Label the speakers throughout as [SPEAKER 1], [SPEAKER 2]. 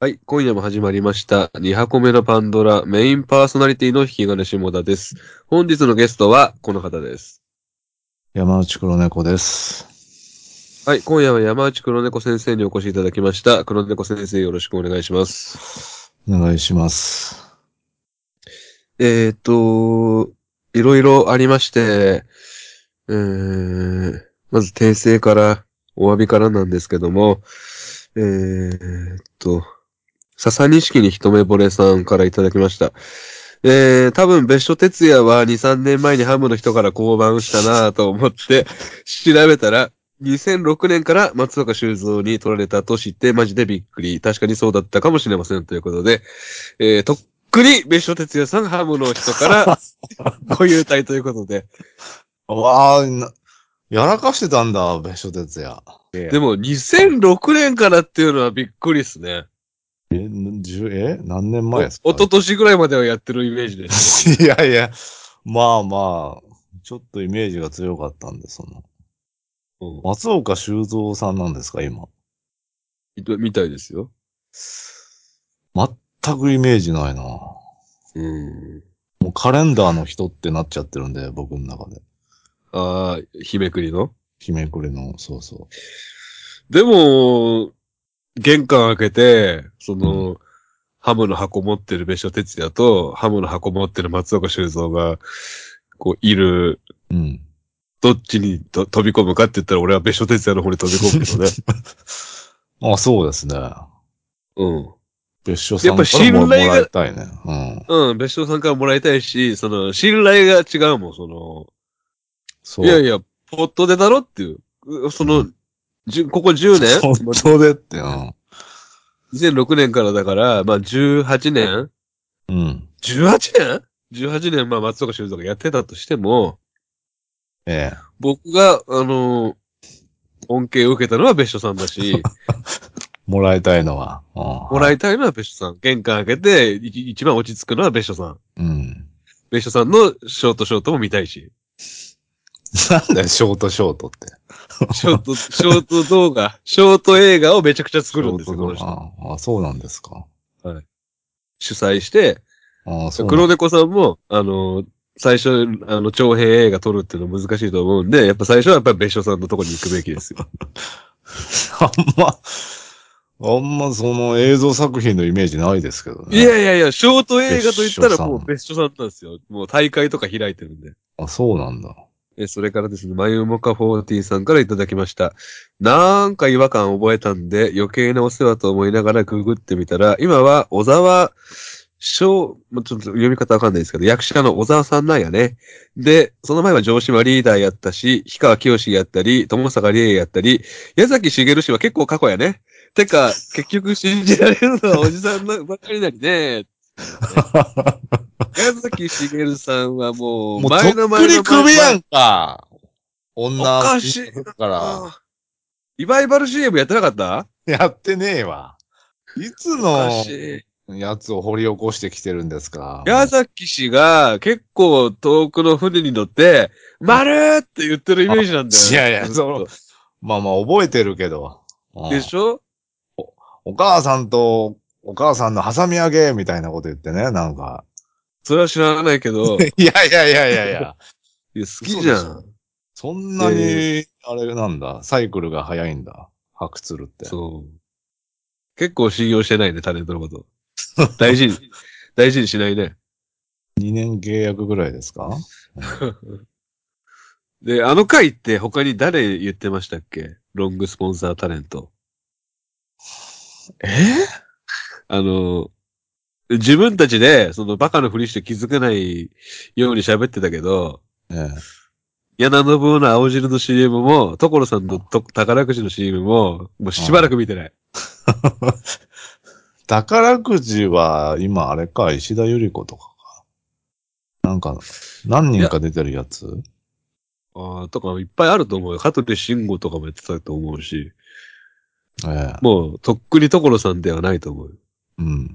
[SPEAKER 1] はい、今夜も始まりました。2箱目のパンドラ、メインパーソナリティの引き金下田です。本日のゲストはこの方です。
[SPEAKER 2] 山内黒猫です。
[SPEAKER 1] はい、今夜は山内黒猫先生にお越しいただきました。黒猫先生よろしくお願いします。
[SPEAKER 2] お願いします。
[SPEAKER 1] えーっと、いろいろありまして、うーん、まず訂正から、お詫びからなんですけども、えーっと、笹錦に一目惚れさんからいただきました。えー、多分別所哲也は2、3年前にハムの人から降板したなぁと思って、調べたら、2006年から松岡修造に取られたと知って、マジでびっくり。確かにそうだったかもしれませんということで、えー、とっくに別所哲也さんハムの人からご優待ということで。
[SPEAKER 2] う わあ、なやらかしてたんだ、別所哲也。
[SPEAKER 1] でも2006年からっていうのはびっくりですね。
[SPEAKER 2] え、んじゅえ何年
[SPEAKER 1] お
[SPEAKER 2] 前ですか
[SPEAKER 1] 一昨年ぐらいまではやってるイメージです。
[SPEAKER 2] いやいや、まあまあ、ちょっとイメージが強かったんで、その。松岡修造さんなんですか、今。
[SPEAKER 1] みたいですよ。
[SPEAKER 2] 全くイメージないな。も
[SPEAKER 1] うん。
[SPEAKER 2] うカレンダーの人ってなっちゃってるんで、僕の中で。
[SPEAKER 1] ああ、日めくりの。
[SPEAKER 2] 日めくりの、そうそ
[SPEAKER 1] でも、玄関開けて、その、ハムの箱持ってる別所哲也と、ハムの箱持ってる松岡修造が、こう、いる、
[SPEAKER 2] う。うん。
[SPEAKER 1] どっちにと飛び込むかって言ったら俺は別所哲也の方に飛び込むけ どね。
[SPEAKER 2] あ、そうですね。
[SPEAKER 1] うん。
[SPEAKER 2] 別所さんからももらいたいね。うん。
[SPEAKER 1] うん、別所さんからもらいたいし、その、信頼が違うもん、その、
[SPEAKER 2] そう。
[SPEAKER 1] いやいや、ポットでだろっていう。うその、じゅここ10年
[SPEAKER 2] 本当でって、うん。
[SPEAKER 1] ?2006 年からだから、まあ18年
[SPEAKER 2] うん。
[SPEAKER 1] ?18 年 ?18 年、まあ松岡修造がやってたとしても、
[SPEAKER 2] ええ。
[SPEAKER 1] 僕が、あの、恩恵を受けたのは別所さんだ し、
[SPEAKER 2] もらいたいのは。うん。
[SPEAKER 1] もらいたいのは別所さん。玄関開けて、い一番落ち着くのは別所さん。
[SPEAKER 2] うん。
[SPEAKER 1] 別所さんのショートショートも見たいし、
[SPEAKER 2] なんだよ、ショートショートって。
[SPEAKER 1] ショート、ショート動画、ショート映画をめちゃくちゃ作るんですよ、
[SPEAKER 2] シ
[SPEAKER 1] こ
[SPEAKER 2] ョ
[SPEAKER 1] の
[SPEAKER 2] ート
[SPEAKER 1] 人。
[SPEAKER 2] 動画ああ、そうなんですか。
[SPEAKER 1] 主催して、
[SPEAKER 2] ああ、そうなん
[SPEAKER 1] 黒猫さんも、あの、最初、あの、長編映画撮るっていうの難しいと思うんで、やっぱ最初はやっぱり別所さんのとこに行くべき ですよ。
[SPEAKER 2] あんま、あんまその映像作品のイメージないですけどね。
[SPEAKER 1] いやいやいや、ショート映画と言った
[SPEAKER 2] 別所
[SPEAKER 1] ら
[SPEAKER 2] さん
[SPEAKER 1] もう別所さんなんですよ。もう大会とか開いてるんで。
[SPEAKER 2] あ、そうなんだ。
[SPEAKER 1] え、それからですね、マユモカ40さんからいただきました。なんか違和感覚えたんで、余計なお世話と思いながらググってみたら、今は小沢翔、まちょっと読み方わかんないですけど、役者の小沢さんなんやね。で、その前は城島リーダーやったし、氷川きよしやったり、友坂理恵やったり、矢崎茂氏は結構過去やね。てか、結局信じられるのはおじさんのばっかりなりね。矢崎茂さんはもう、
[SPEAKER 2] もう、とっくに首やんか。女、
[SPEAKER 1] おかしい
[SPEAKER 2] から、
[SPEAKER 1] リバイバル CM やってなかった
[SPEAKER 2] やってねえわ。いつ
[SPEAKER 1] お
[SPEAKER 2] の
[SPEAKER 1] かしい。
[SPEAKER 2] やつを掘り起こしてきてるんですか。
[SPEAKER 1] 矢崎氏が結構遠くの船に乗って、丸ーって言ってるイメージなんだよね。
[SPEAKER 2] いやいや
[SPEAKER 1] ずっ
[SPEAKER 2] その
[SPEAKER 1] と
[SPEAKER 2] まあまあ、覚えてるけど。うん
[SPEAKER 1] でしょ
[SPEAKER 2] お母さんと、お母さんの挟み上げみたいなこと言ってね、なんか。
[SPEAKER 1] それは知らないけど、い
[SPEAKER 2] いやいやいやいやいや。
[SPEAKER 1] や好きじゃ
[SPEAKER 2] 嘘
[SPEAKER 1] ん。
[SPEAKER 2] そんなに
[SPEAKER 1] で、
[SPEAKER 2] あれなんだ、サイクルが早いんだ。白鶴って。
[SPEAKER 1] そう。結構信用してないね、タレントのこと。大 事に、大事にしないね。
[SPEAKER 2] 2年契約ぐらいですか
[SPEAKER 1] で、あの回って他に誰言ってましたっけロングスポンサータレント。
[SPEAKER 2] え
[SPEAKER 1] あの、自分たちで、そのバカのふりして気づけないように喋ってたけど、
[SPEAKER 2] ええ。
[SPEAKER 1] 矢田信夫の青汁の CM も、所さんのと宝くじの CM も、もうしばらく見てない。
[SPEAKER 2] 宝くじは、今あれか、石田ゆり子とかか。なんか、何人か出てるやつ
[SPEAKER 1] ああ、とかいっぱいあると思うよ。香取慎吾とかもやってたと思うし、
[SPEAKER 2] ええ。
[SPEAKER 1] もう、とっくに所さんではないと思う。
[SPEAKER 2] うん。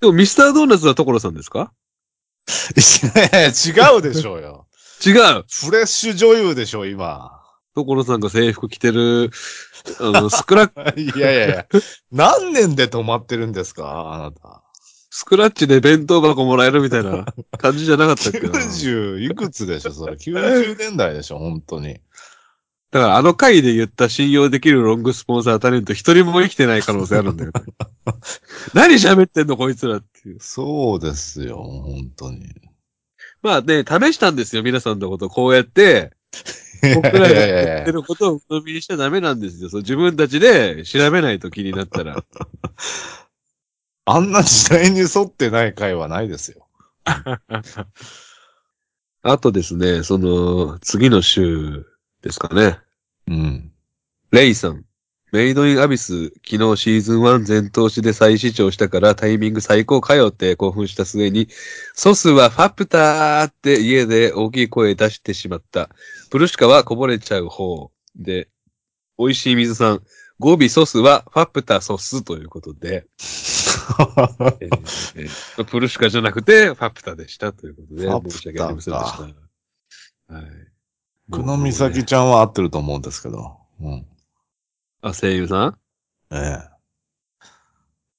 [SPEAKER 1] でも、ミスタードーナツは所さんですか
[SPEAKER 2] いや違うでしょうよ。
[SPEAKER 1] 違う
[SPEAKER 2] フレッシュ女優でしょ、今。
[SPEAKER 1] 所さんが制服着てる、あ の、スクラッ、
[SPEAKER 2] いやいやいや。何年で止まってるんですかあなた。
[SPEAKER 1] スクラッチで弁当箱もらえるみたい な感じじゃなかったっけな。
[SPEAKER 2] 90いくつでしょそれ。90年代でしょ本当に。
[SPEAKER 1] だからあの回で言った信用できるロングスポンサータレント一人も生きてない可能性あるんだよ ね。何喋ってんのこいつらっていう。
[SPEAKER 2] そうですよ。本当に。
[SPEAKER 1] まあね、試したんですよ、皆さんのこと。こうやって、僕らが
[SPEAKER 2] いやいやい
[SPEAKER 1] や
[SPEAKER 2] や
[SPEAKER 1] っ
[SPEAKER 2] い
[SPEAKER 1] て
[SPEAKER 2] や
[SPEAKER 1] ることを鵜呑みにしちゃダメなんですよ。そう自分たちで調べないと気になったら。
[SPEAKER 2] あんな時代に沿ってない回はないですよ。
[SPEAKER 1] あとですね、その、次の週ですかね。
[SPEAKER 2] うん。
[SPEAKER 1] レイさん。メイドインアビス、昨日シーズン1全投資で再視聴したからタイミング最高かよって興奮した末に、ソスはファプターって家で大きい声出してしまった。ブルシカはこぼれちゃう方。で、美味しい水さん。語尾ソスはファプターソスということで、えーえープルシカじゃなくてファプターでしたということで、
[SPEAKER 2] ファプター
[SPEAKER 1] 申
[SPEAKER 2] か
[SPEAKER 1] し訳ありませんでした。はい。
[SPEAKER 2] 久野美咲ちゃんは合ってると思うんですけど。うん。
[SPEAKER 1] あ、声優さん
[SPEAKER 2] ええ。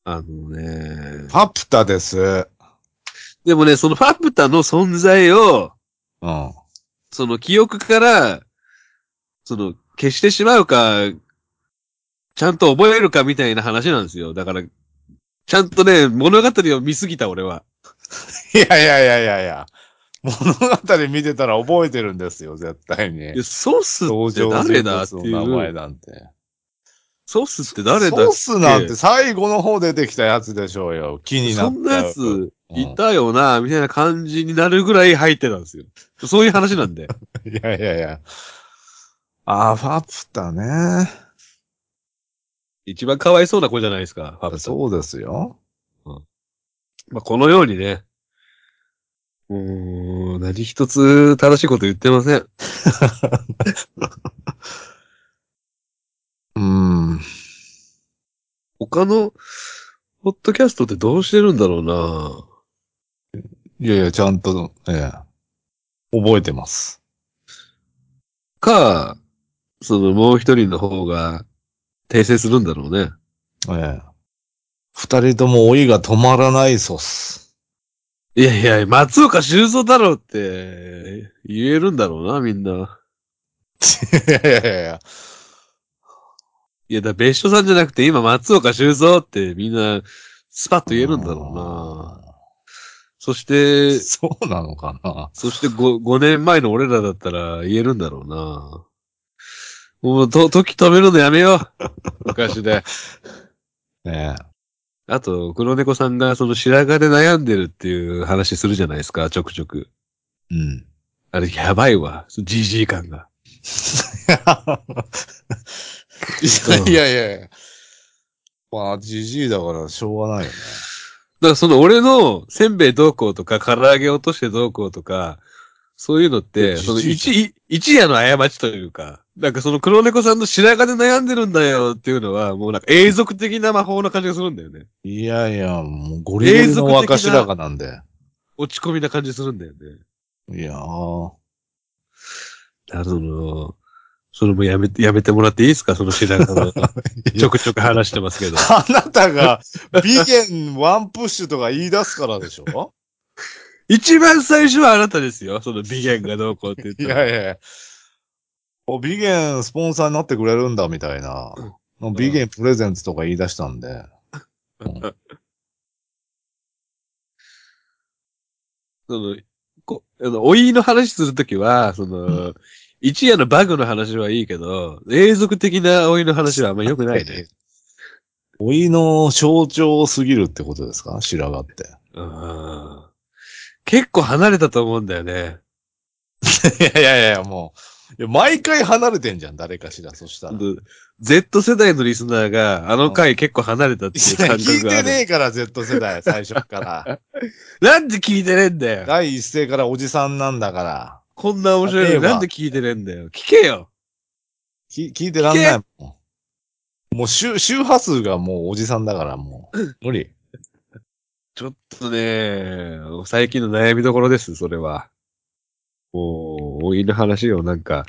[SPEAKER 1] あのね
[SPEAKER 2] フ、ァプタです。うん。
[SPEAKER 1] でもね、そのファプタの存在を、
[SPEAKER 2] あ
[SPEAKER 1] その記憶から、その消してしまうか、ちゃんと覚えるかみたいな話なんですよ。だから、ちゃんとね、物語を見すぎた俺は。
[SPEAKER 2] いやいやいやいやいや。物語見てたら覚えてるんですよ、絶対
[SPEAKER 1] いや
[SPEAKER 2] に。
[SPEAKER 1] ソース
[SPEAKER 2] 登
[SPEAKER 1] って
[SPEAKER 2] 場
[SPEAKER 1] 誰
[SPEAKER 2] 人
[SPEAKER 1] だって
[SPEAKER 2] 物
[SPEAKER 1] い
[SPEAKER 2] の名前
[SPEAKER 1] う。
[SPEAKER 2] なんて。
[SPEAKER 1] ソースって誰だ
[SPEAKER 2] ソースなんて最後の方出てきたやつでしょうよ。気にな
[SPEAKER 1] そ
[SPEAKER 2] った。
[SPEAKER 1] んなやつ
[SPEAKER 2] うん
[SPEAKER 1] いたよな、みたいな感じになるぐらい入ってたんですよ。そういう話なん で。
[SPEAKER 2] いやいやいや。あー、ファプタね。
[SPEAKER 1] 一番かわいそうな子じゃないですか、ファブさん
[SPEAKER 2] そうですよ。
[SPEAKER 1] まあ、このようにね、もう、何一つ正しいこと言ってません。
[SPEAKER 2] うーん。
[SPEAKER 1] 他の、ポッドキャストってどうしてるんだろうない
[SPEAKER 2] やいや、ちゃんと、ええ。覚えてます。
[SPEAKER 1] か、その、もう一人の方が、訂正するんだろうね。
[SPEAKER 2] ええ。二人とも老いが止まらないソ ス。
[SPEAKER 1] いやいや、松岡修造だろうって、言えるんだろうな、みんな。
[SPEAKER 2] いやいやいやいや。
[SPEAKER 1] いや、だ、別所さんじゃなくて、今、松岡修造って、みんな、スパッと言えるんだろうなそして
[SPEAKER 2] な。、そうなのかな
[SPEAKER 1] そして 5, 5年前の俺らだったら言えるんだろうな。もう、と、時止めるのやめよう。 昔で。
[SPEAKER 2] ねえ。
[SPEAKER 1] あと、黒猫さんがその白髪で悩んでるっていう話するじゃないですか、ちょくちょく。
[SPEAKER 2] うん。
[SPEAKER 1] あれ、やばいわ。じじい感が。
[SPEAKER 2] いやいやいや。まあ、じじいだからしょうがないよね。
[SPEAKER 1] だからその俺のせんべいどうこうとか、唐揚げ落としてどうこうとか、そういうのって、その
[SPEAKER 2] じじ
[SPEAKER 1] 一、一夜の過ちというか、なんかその黒猫さんの白髪で悩んでるんだよっていうのは、もうなんか永続的な魔法な感じがするんだよね。
[SPEAKER 2] いやいや、もうゴリゴリの若白髪なんで。
[SPEAKER 1] 落ち込みな感じするんだよね。
[SPEAKER 2] いやー。
[SPEAKER 1] あの、それもやめて、やめてもら っていいですかその白髪の。ちょくちょく話してますけど。
[SPEAKER 2] あなたが、ビゲンワンプッシュとか言い出すからでし ょ
[SPEAKER 1] 一番最初はあなたですよ。その美言がどうこうって言っ
[SPEAKER 2] い
[SPEAKER 1] たら
[SPEAKER 2] やいやいやおビゲンスポンサーになってくれるんだみたいな。ビゲンプレゼンツとか言い出したんで。うん
[SPEAKER 1] その、こあの、おいの話するときは、その、一夜のバグの話はいいけど、永続的なおいの話はあんま良くないね。。
[SPEAKER 2] 老いの象徴すぎるってことですか白髪って。
[SPEAKER 1] うん結構離れたと思うんだよね。
[SPEAKER 2] いやいやいや、もう。いや、毎回離れてんじゃん、誰かしら、そしたら。い
[SPEAKER 1] Z 世代のリスナーが、あの回結構離れたっていう
[SPEAKER 2] や
[SPEAKER 1] 感
[SPEAKER 2] 聞い
[SPEAKER 1] 覚があ
[SPEAKER 2] て
[SPEAKER 1] る。
[SPEAKER 2] ねえから、Z 世代、最初 から。
[SPEAKER 1] なんで聞いてねえんだよ。
[SPEAKER 2] 第一声からおじさんなんだから。
[SPEAKER 1] こんな面白い
[SPEAKER 2] 例え
[SPEAKER 1] の
[SPEAKER 2] ば
[SPEAKER 1] なんで聞いてねえんだよ。聞けよ。
[SPEAKER 2] き聞いてらんないもん。もう周、周波数がもうおじさんだから、もう。無理。
[SPEAKER 1] ちょっとね、最近の悩みどころです、それは。もう、老いの話をなんか、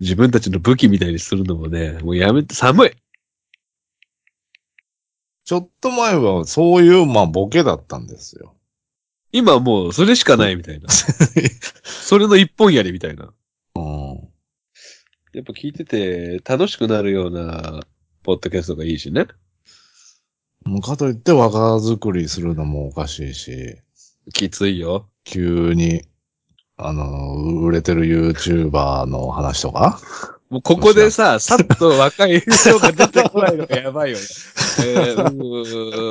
[SPEAKER 1] 自分たちの武器みたいにするのもね、もうやめて、寒い
[SPEAKER 2] ちょっと前はそういう、まあ、ボケだったんですよ。
[SPEAKER 1] 今はもうそれしかないみた いな。それの一本やりみたいな。
[SPEAKER 2] うん。
[SPEAKER 1] やっぱ聞いてて楽しくなるようなポッドキャストがいいしね。
[SPEAKER 2] もうかといって若作りするのもおかしいし、
[SPEAKER 1] きついよ。
[SPEAKER 2] 急に、あの、売れてる YouTuber の話とか
[SPEAKER 1] もうここでさ、さっと若い人が出てこないのがや ばいよね。えー、う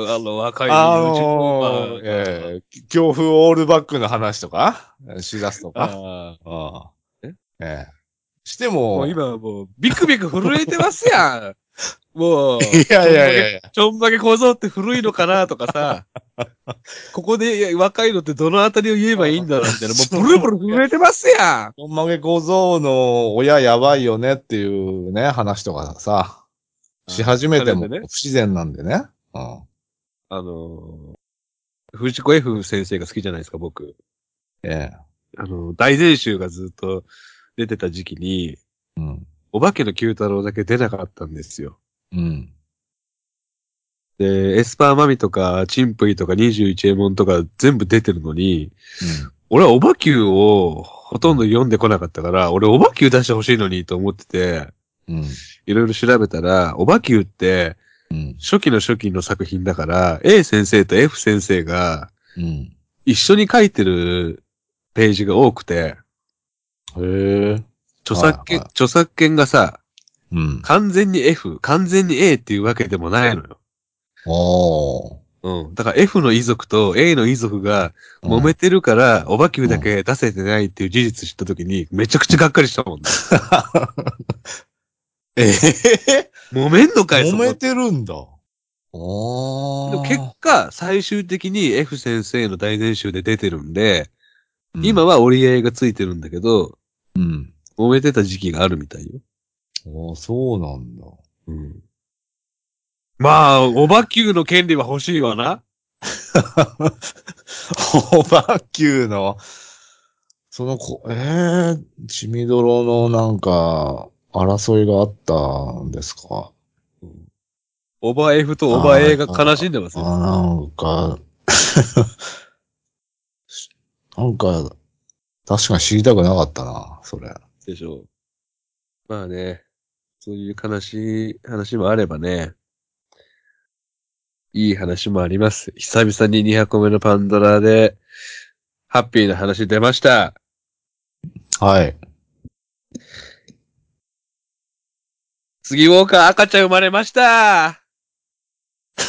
[SPEAKER 1] ーあの、若い
[SPEAKER 2] あ
[SPEAKER 1] YouTuber
[SPEAKER 2] のー、ええ強風オールバックの話とかしだすとか。
[SPEAKER 1] あー
[SPEAKER 2] あ
[SPEAKER 1] え
[SPEAKER 2] ええして
[SPEAKER 1] も
[SPEAKER 2] も、
[SPEAKER 1] う
[SPEAKER 2] い
[SPEAKER 1] 今はもうビクビク震えてますや ん。もう、
[SPEAKER 2] やいやいやいや、
[SPEAKER 1] ちょんまげ小僧って古いのかなとか さ、ここでいや若いのってどのあたりを言えばいいんだろうみたいな、もうブルブル震えてますやん。
[SPEAKER 2] ほんまげ小僧の親やばいよねっていうね、話とかさ、し始めても
[SPEAKER 1] あれでね
[SPEAKER 2] 不自然なんでね。うん。
[SPEAKER 1] あのー、藤子 F 先生が好きじゃないですか、僕。
[SPEAKER 2] ええ
[SPEAKER 1] あの、大全集がずっと出てた時期に、
[SPEAKER 2] うん。
[SPEAKER 1] お化けの九太郎だけ出なかったんですよ。
[SPEAKER 2] うん。
[SPEAKER 1] で、エスパーマミとか、チンプイとか、21エモンとか全部出てるのに、俺はおばきゅうをほとんど読んでこなかったから、俺おばきゅう出してほしいのにと思ってて、
[SPEAKER 2] うん。うん。
[SPEAKER 1] いろいろ調べたら、おばきゅうって
[SPEAKER 2] うん。
[SPEAKER 1] 初期の初期の作品だから、A 先生と F 先生が
[SPEAKER 2] うん。
[SPEAKER 1] 一緒に書いてるページが多くて、
[SPEAKER 2] へえ。
[SPEAKER 1] 著作権、
[SPEAKER 2] はいは
[SPEAKER 1] 著作権がさ、
[SPEAKER 2] うん。
[SPEAKER 1] 完全に F、完全に A っていうわけでもないのよ。
[SPEAKER 2] おー。
[SPEAKER 1] うん。だから F の遺族と A の遺族が揉めてるから、おばきゅうだけ出せてないっていう事実知った時に、めちゃくちゃがっかりしたもんね。
[SPEAKER 2] ええ
[SPEAKER 1] 揉めんのかい、そ
[SPEAKER 2] 揉
[SPEAKER 1] こ
[SPEAKER 2] めてるんだ。お
[SPEAKER 1] でも結果、最終的に F 先生の大全集で出てるんで、今
[SPEAKER 2] は、
[SPEAKER 1] は折り合いがついてるんだけど、
[SPEAKER 2] うん。
[SPEAKER 1] 揉めてた時期があるみたいよ。
[SPEAKER 2] おーそう なんだ。
[SPEAKER 1] うん。まあ、おばきゅうの権利は欲しいわな。
[SPEAKER 2] オバキューの、そのこ、えー、血みどろのなんか、争いがあったんですか
[SPEAKER 1] おば F とおば A が悲しんでますよ。
[SPEAKER 2] あ、なんか、 なんか、確かに知りたくなかったな、それ。
[SPEAKER 1] でしょう。まあね、そういう悲しい話もあればね、いい話もあります。久々に200個目のパンドラで、ハッピーな話出ました。
[SPEAKER 2] はい。
[SPEAKER 1] 次ウォーカー赤ちゃん生まれました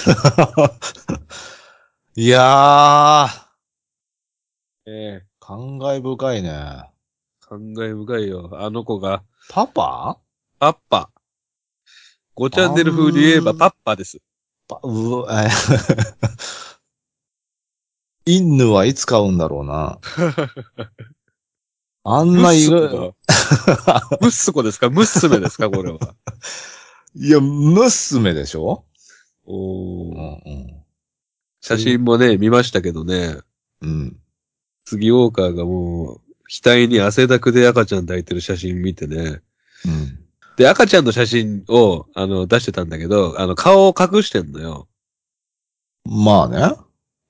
[SPEAKER 2] いやー、
[SPEAKER 1] ええ
[SPEAKER 2] 感慨深いね。
[SPEAKER 1] 感慨深いよ。あの子が、
[SPEAKER 2] パパ
[SPEAKER 1] パッパ。5チャンネル風に言えばパッパです。
[SPEAKER 2] パうえインヌはいつ買うんだろうな。あん
[SPEAKER 1] ム
[SPEAKER 2] な
[SPEAKER 1] ッ
[SPEAKER 2] 意
[SPEAKER 1] スコが
[SPEAKER 2] 外、
[SPEAKER 1] ムッスコですか娘ですかこれは。
[SPEAKER 2] いや、娘でしょ
[SPEAKER 1] お
[SPEAKER 2] う
[SPEAKER 1] ー
[SPEAKER 2] ん。
[SPEAKER 1] 写真もね、見ましたけどね。
[SPEAKER 2] うん。
[SPEAKER 1] 次ウォーカーがもう、額に汗だくで赤ちゃん抱いてる写真見てね。
[SPEAKER 2] うん。
[SPEAKER 1] で、赤ちゃんの写真を、あの、出してたんだけど、あの、顔を隠してんのよ。
[SPEAKER 2] まあね。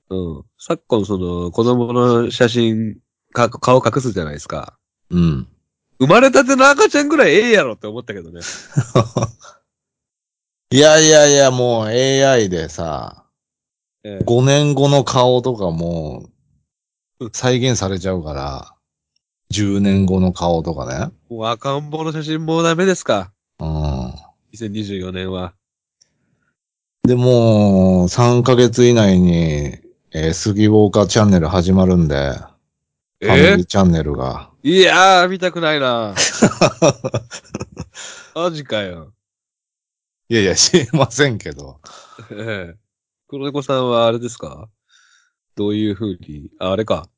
[SPEAKER 1] うん。昨今、その、子供の写真、か、顔隠すじゃないですか。
[SPEAKER 2] うん。
[SPEAKER 1] 生まれたての赤ちゃんぐらいええやろって思ったけどね。
[SPEAKER 2] いやいやいや、もう AI でさ、
[SPEAKER 1] ええ
[SPEAKER 2] 5年後の顔とかもう、再現されちゃうから、10年後の顔とかね。
[SPEAKER 1] もう赤ん坊の写真もうダメですか
[SPEAKER 2] うん。
[SPEAKER 1] ?2024 年は。
[SPEAKER 2] で、もう、3ヶ月以内に、えー、杉ウォーカーチャンネル始まるんで、ファミリーチャンネルが。
[SPEAKER 1] いやー、見たくないなマジかよ。
[SPEAKER 2] いやいや、知りませんけど。
[SPEAKER 1] ええ。 黒猫さんはあれですかどういう風に、あ、あれか。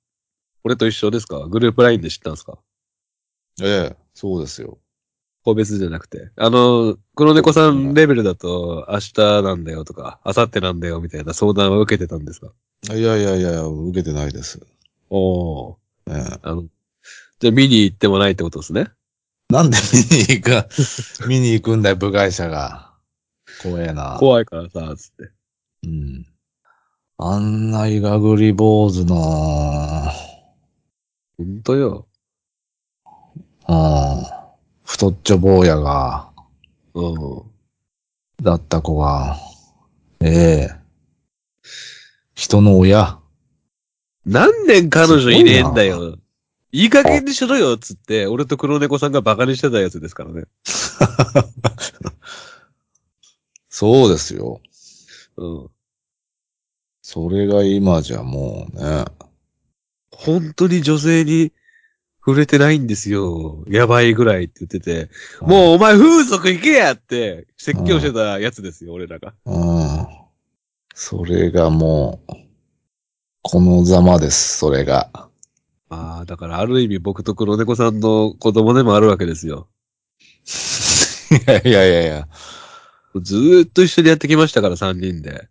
[SPEAKER 1] 俺と一緒ですかグループラインで知ったんですか
[SPEAKER 2] ええ、そうですよ。
[SPEAKER 1] 個別じゃなくて。あの、黒猫さんレベルだと、明日なんだよとか、明後日なんだよみたいな相談は受けてたんですか
[SPEAKER 2] いやいやいや、受けてないです。
[SPEAKER 1] おお。
[SPEAKER 2] ええ、
[SPEAKER 1] あの、じゃあ見に行ってもないってことですね。
[SPEAKER 2] なんで見に行く、見に行くんだよ、部外者が。怖えな。
[SPEAKER 1] 怖いからさ、つって。
[SPEAKER 2] うん。あんないがぐり坊主の、
[SPEAKER 1] ほんとよ。
[SPEAKER 2] うん、太っちょ坊やが、
[SPEAKER 1] うん。
[SPEAKER 2] だった子が、ええ人の親。
[SPEAKER 1] 何年彼女いねえんだよ。いい加減にしろよ、つって、俺と黒猫さんがバカにしてたやつですからね。
[SPEAKER 2] そうですよ。
[SPEAKER 1] うん。
[SPEAKER 2] それが今じゃもうね。
[SPEAKER 1] 本当に女性に触れてないんですよ。やばいぐらいって言ってて、もうお前風俗行けやって説教してたやつですよ、俺らが。
[SPEAKER 2] うん。それがもう、このざまです、それが。
[SPEAKER 1] まあ、だからある意味僕と黒猫さんの子供でもあるわけですよ。
[SPEAKER 2] いやいやいやいや。
[SPEAKER 1] ずーっと一緒にやってきましたから、3人で。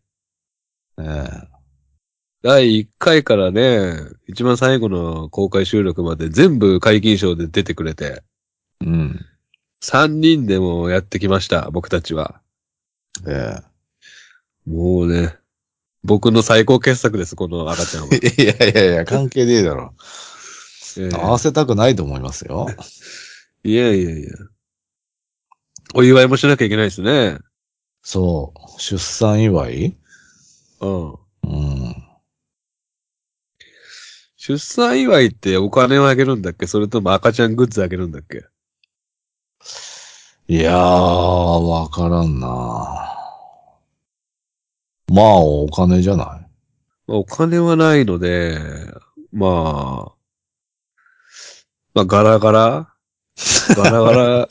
[SPEAKER 2] ね
[SPEAKER 1] 第1回からね、一番最後の公開収録まで全部解禁賞で出てくれて、
[SPEAKER 2] えうん。
[SPEAKER 1] 3人でもやってきました、僕たちは。
[SPEAKER 2] え
[SPEAKER 1] もうね、僕の最高傑作です、この赤ちゃんは。
[SPEAKER 2] えいやいやいや、関係ねえだろ。
[SPEAKER 1] ええ
[SPEAKER 2] 合わせたくないと思いますよ。
[SPEAKER 1] いやいやいや。お祝いもしなきゃいけないですね。
[SPEAKER 2] そう。出産祝い
[SPEAKER 1] うん。
[SPEAKER 2] うん。
[SPEAKER 1] 出産祝いってお金をあげるんだっけそれとも赤ちゃんグッズあげるんだっけ
[SPEAKER 2] いやー、わからんな。まあ、お金じゃない。
[SPEAKER 1] まあお金はないので、まあ、まあガラガラガラガラ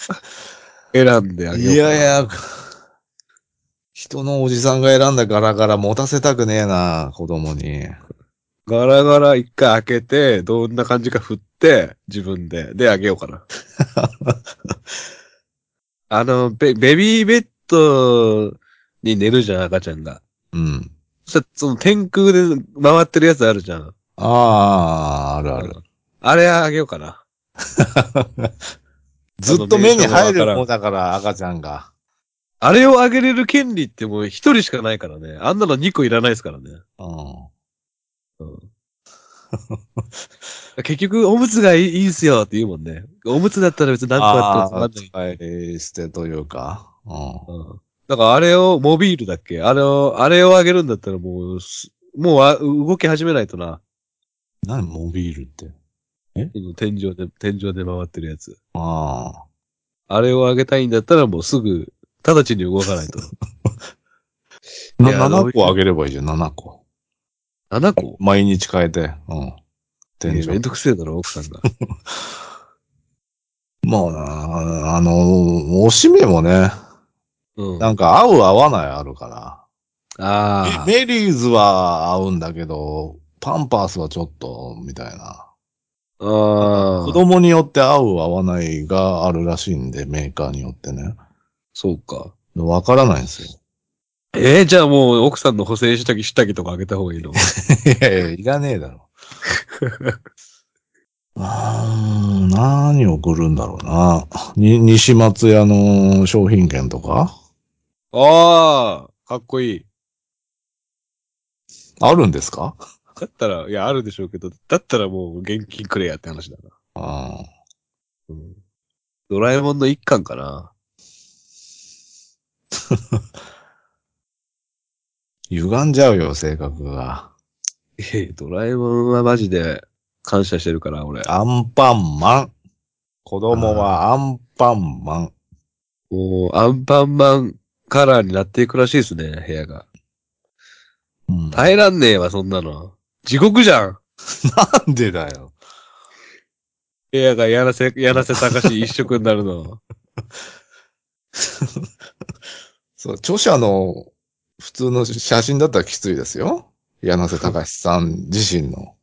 [SPEAKER 1] 選んであげよう
[SPEAKER 2] い
[SPEAKER 1] かな
[SPEAKER 2] やい。や、人のおじさんが選んだガラガラ持たせたくねえな、子供に。
[SPEAKER 1] ガラガラ一回開けて、どんな感じか振って、自分で。で、あげようか な。あの、ベベビーベッドに寝るじゃん、赤ちゃんが。
[SPEAKER 2] うん。
[SPEAKER 1] そしたら、その天空で回ってるやつあるじゃん。
[SPEAKER 2] ああ、あるある。
[SPEAKER 1] あれあげようかな。
[SPEAKER 2] ずっと目に入
[SPEAKER 1] あの名称がわか
[SPEAKER 2] る
[SPEAKER 1] らん
[SPEAKER 2] もんだから、赤ちゃんが。
[SPEAKER 1] あれをあげれる権利ってもう一人しかないからね。あんなの二個いらないですからね。
[SPEAKER 2] うん。
[SPEAKER 1] 結局、おむつがいいいいんすよって言うもんね。おむつだったら別に何個あってもつまんない
[SPEAKER 2] あー使い捨てというか。う
[SPEAKER 1] うんだからあれを、モビールだっけあれを、あれをあげるんだったらもうす、もうあ動き始めないとな。
[SPEAKER 2] ん。何モビールって。
[SPEAKER 1] その天井で、天井で回ってるやつ。
[SPEAKER 2] ああ。
[SPEAKER 1] あれをあげたいんだったらもうすぐ、直ちに動か ないと。いや
[SPEAKER 2] 7個あげればいいじゃん、7個。
[SPEAKER 1] 7個
[SPEAKER 2] 毎日変えて。うん。天
[SPEAKER 1] いやめ
[SPEAKER 2] 井
[SPEAKER 1] ん。どくせえだろ、奥さんが。
[SPEAKER 2] まあな、あの、おしめもね、
[SPEAKER 1] うん。
[SPEAKER 2] な
[SPEAKER 1] あ
[SPEAKER 2] んか合う合わないあるから。
[SPEAKER 1] あー。
[SPEAKER 2] メリーズは合うんだけど、パンパースはちょっと、みたいな。
[SPEAKER 1] ああ。
[SPEAKER 2] 子供によって合う合わないがあるらしいんで、メーカーによってね。
[SPEAKER 1] そうか。
[SPEAKER 2] わからないんですよ。
[SPEAKER 1] えー、じゃあもう奥さんの補正下着、下着とかあげた方がいい の
[SPEAKER 2] いやいや、いらねえだ ろ。うーん、何を送るんだろうな。に、西松屋の商品券とか
[SPEAKER 1] ああ、かっこいい。
[SPEAKER 2] あるんですか
[SPEAKER 1] だったら、いや、あるでしょうけど、だったらもう現金くれやって話だな。
[SPEAKER 2] うん。
[SPEAKER 1] うん。ドラえもんの一巻かな。
[SPEAKER 2] 歪んじゃうよ、性格が。
[SPEAKER 1] ええ、ドラえもんはマジで感謝してるから、俺。
[SPEAKER 2] アンパンマン。子供はアンパンマン。
[SPEAKER 1] もう、アンパンマンカラーになっていくらしいですね、部屋が。
[SPEAKER 2] うん
[SPEAKER 1] 耐えらんねえわ、そんなの。地獄じゃん
[SPEAKER 2] なんでだよ。
[SPEAKER 1] 部屋がやらせ、やらせ探し一色になるの。
[SPEAKER 2] そう、著者の普通の写真だったらきついですよ。柳瀬隆史さん自身の。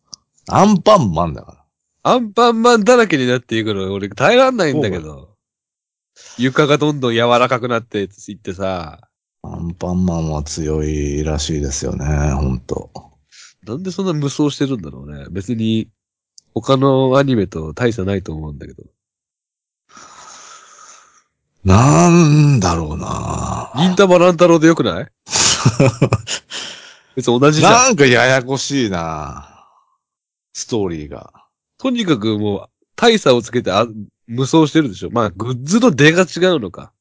[SPEAKER 2] アンパンマンだか
[SPEAKER 1] アンパンマンだらけになっていくの、俺耐えらんないんだけど。床がどんどん柔らかくなっていってさ、
[SPEAKER 2] ら。アンパンマンは強いらしいですよね、ほんと。
[SPEAKER 1] なんでそんな無双してるんだろうね。別に、他のアニメと大差ないと思うんだけど。
[SPEAKER 2] なんだろうな
[SPEAKER 1] 銀玉乱太郎でよく ない別に同じじゃん。
[SPEAKER 2] なんかややこしいなストーリーが。
[SPEAKER 1] とにかくもう、大差をつけてあ無双してるでしょ。まあ、グッズの出が違うのか。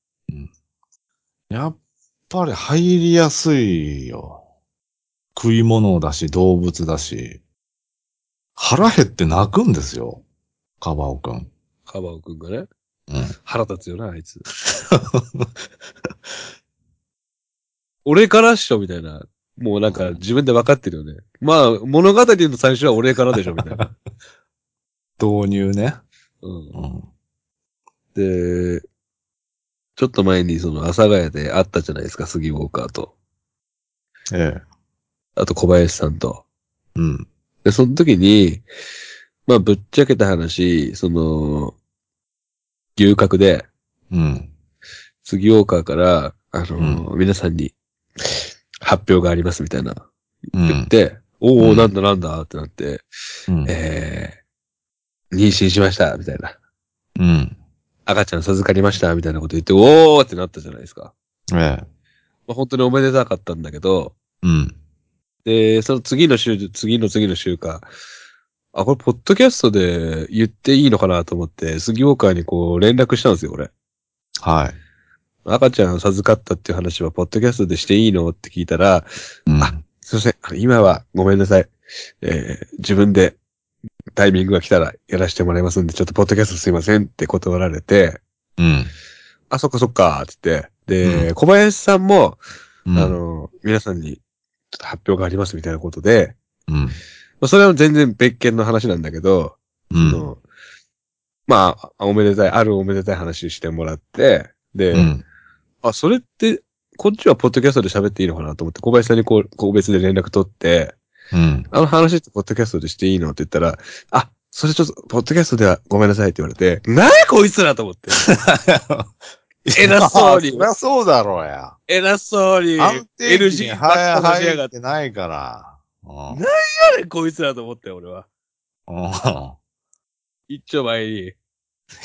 [SPEAKER 2] やっぱり入りやすいよ。食い物だし、動物だし。腹減って泣くんですよ。カバオくん。
[SPEAKER 1] カバオくんがね。
[SPEAKER 2] うん
[SPEAKER 1] 腹立つよな、あいつ。 俺からっしょ、みたいな。もうなんか自分で分かってるよね。まあ、物語の最初は俺からでしょ、みたい な。
[SPEAKER 2] 導入ね。
[SPEAKER 1] うん
[SPEAKER 2] うん。
[SPEAKER 1] で、ちょっと前にその阿佐ヶ谷で会ったじゃないですか、杉ウォーカーと。
[SPEAKER 2] ええ。
[SPEAKER 1] あと小林さんと。
[SPEAKER 2] うん。
[SPEAKER 1] で、その時に、まあぶっちゃけた話、その、牛角で、
[SPEAKER 2] うん。
[SPEAKER 1] 杉ウォーカーから、あの、皆さんに発表がありますみたいな
[SPEAKER 2] う
[SPEAKER 1] 言っ
[SPEAKER 2] ん。
[SPEAKER 1] て、お
[SPEAKER 2] う
[SPEAKER 1] お、
[SPEAKER 2] ん
[SPEAKER 1] なんだなんだってなって、
[SPEAKER 2] うん。
[SPEAKER 1] えー、妊娠しました、みたいな。
[SPEAKER 2] うん。
[SPEAKER 1] 赤ちゃん授かりました、みたいなこと言って、おーってなったじゃないですか。
[SPEAKER 2] ええ。
[SPEAKER 1] まあ、本当におめでたかったんだけど、
[SPEAKER 2] うん。
[SPEAKER 1] で、その次の週、次の次の週か、あ、これ、ポッドキャストで言っていいのかなと思って、杉岡にこう、連絡したんですよ、俺。
[SPEAKER 2] はい。
[SPEAKER 1] 赤ちゃんを授かったっていう話は、ポッドキャストでしていいのって聞いたら、
[SPEAKER 2] うん
[SPEAKER 1] あすいません、あの今はごめんなさい。えー自分でタイミングが来たらやらせてもらいますんで、ちょっとポッドキャストすいませんって断られて、
[SPEAKER 2] うん。
[SPEAKER 1] あ、そっかそっか、つって。で、
[SPEAKER 2] う
[SPEAKER 1] 小林さんも、
[SPEAKER 2] うん
[SPEAKER 1] あ、の、皆さんにちょっと発表がありますみたいなことで、
[SPEAKER 2] うん。
[SPEAKER 1] まあ、それは全然別件の話なんだけど、
[SPEAKER 2] うん
[SPEAKER 1] あ。のまあ、おめでたい、あるおめでたい話してもらって、で、
[SPEAKER 2] うん。
[SPEAKER 1] あ、それって、こっちはポッドキャストで喋っていいのかなと思って、小林さんにこう、個別で連絡取って、
[SPEAKER 2] うん。
[SPEAKER 1] あの話ってポッドキャストでしていいのって言ったら、あ、それちょっと、ポッドキャストではごめんなさいって言われて、なやこいつらと思って。偉そうに
[SPEAKER 2] そりゃそうだろうや。
[SPEAKER 1] 偉そうに。
[SPEAKER 2] 安定期に
[SPEAKER 1] LG ばっかしやが
[SPEAKER 2] 入
[SPEAKER 1] っ。
[SPEAKER 2] っててないから。うん
[SPEAKER 1] な誰こいつらと思って、俺は。
[SPEAKER 2] う
[SPEAKER 1] 一丁前に。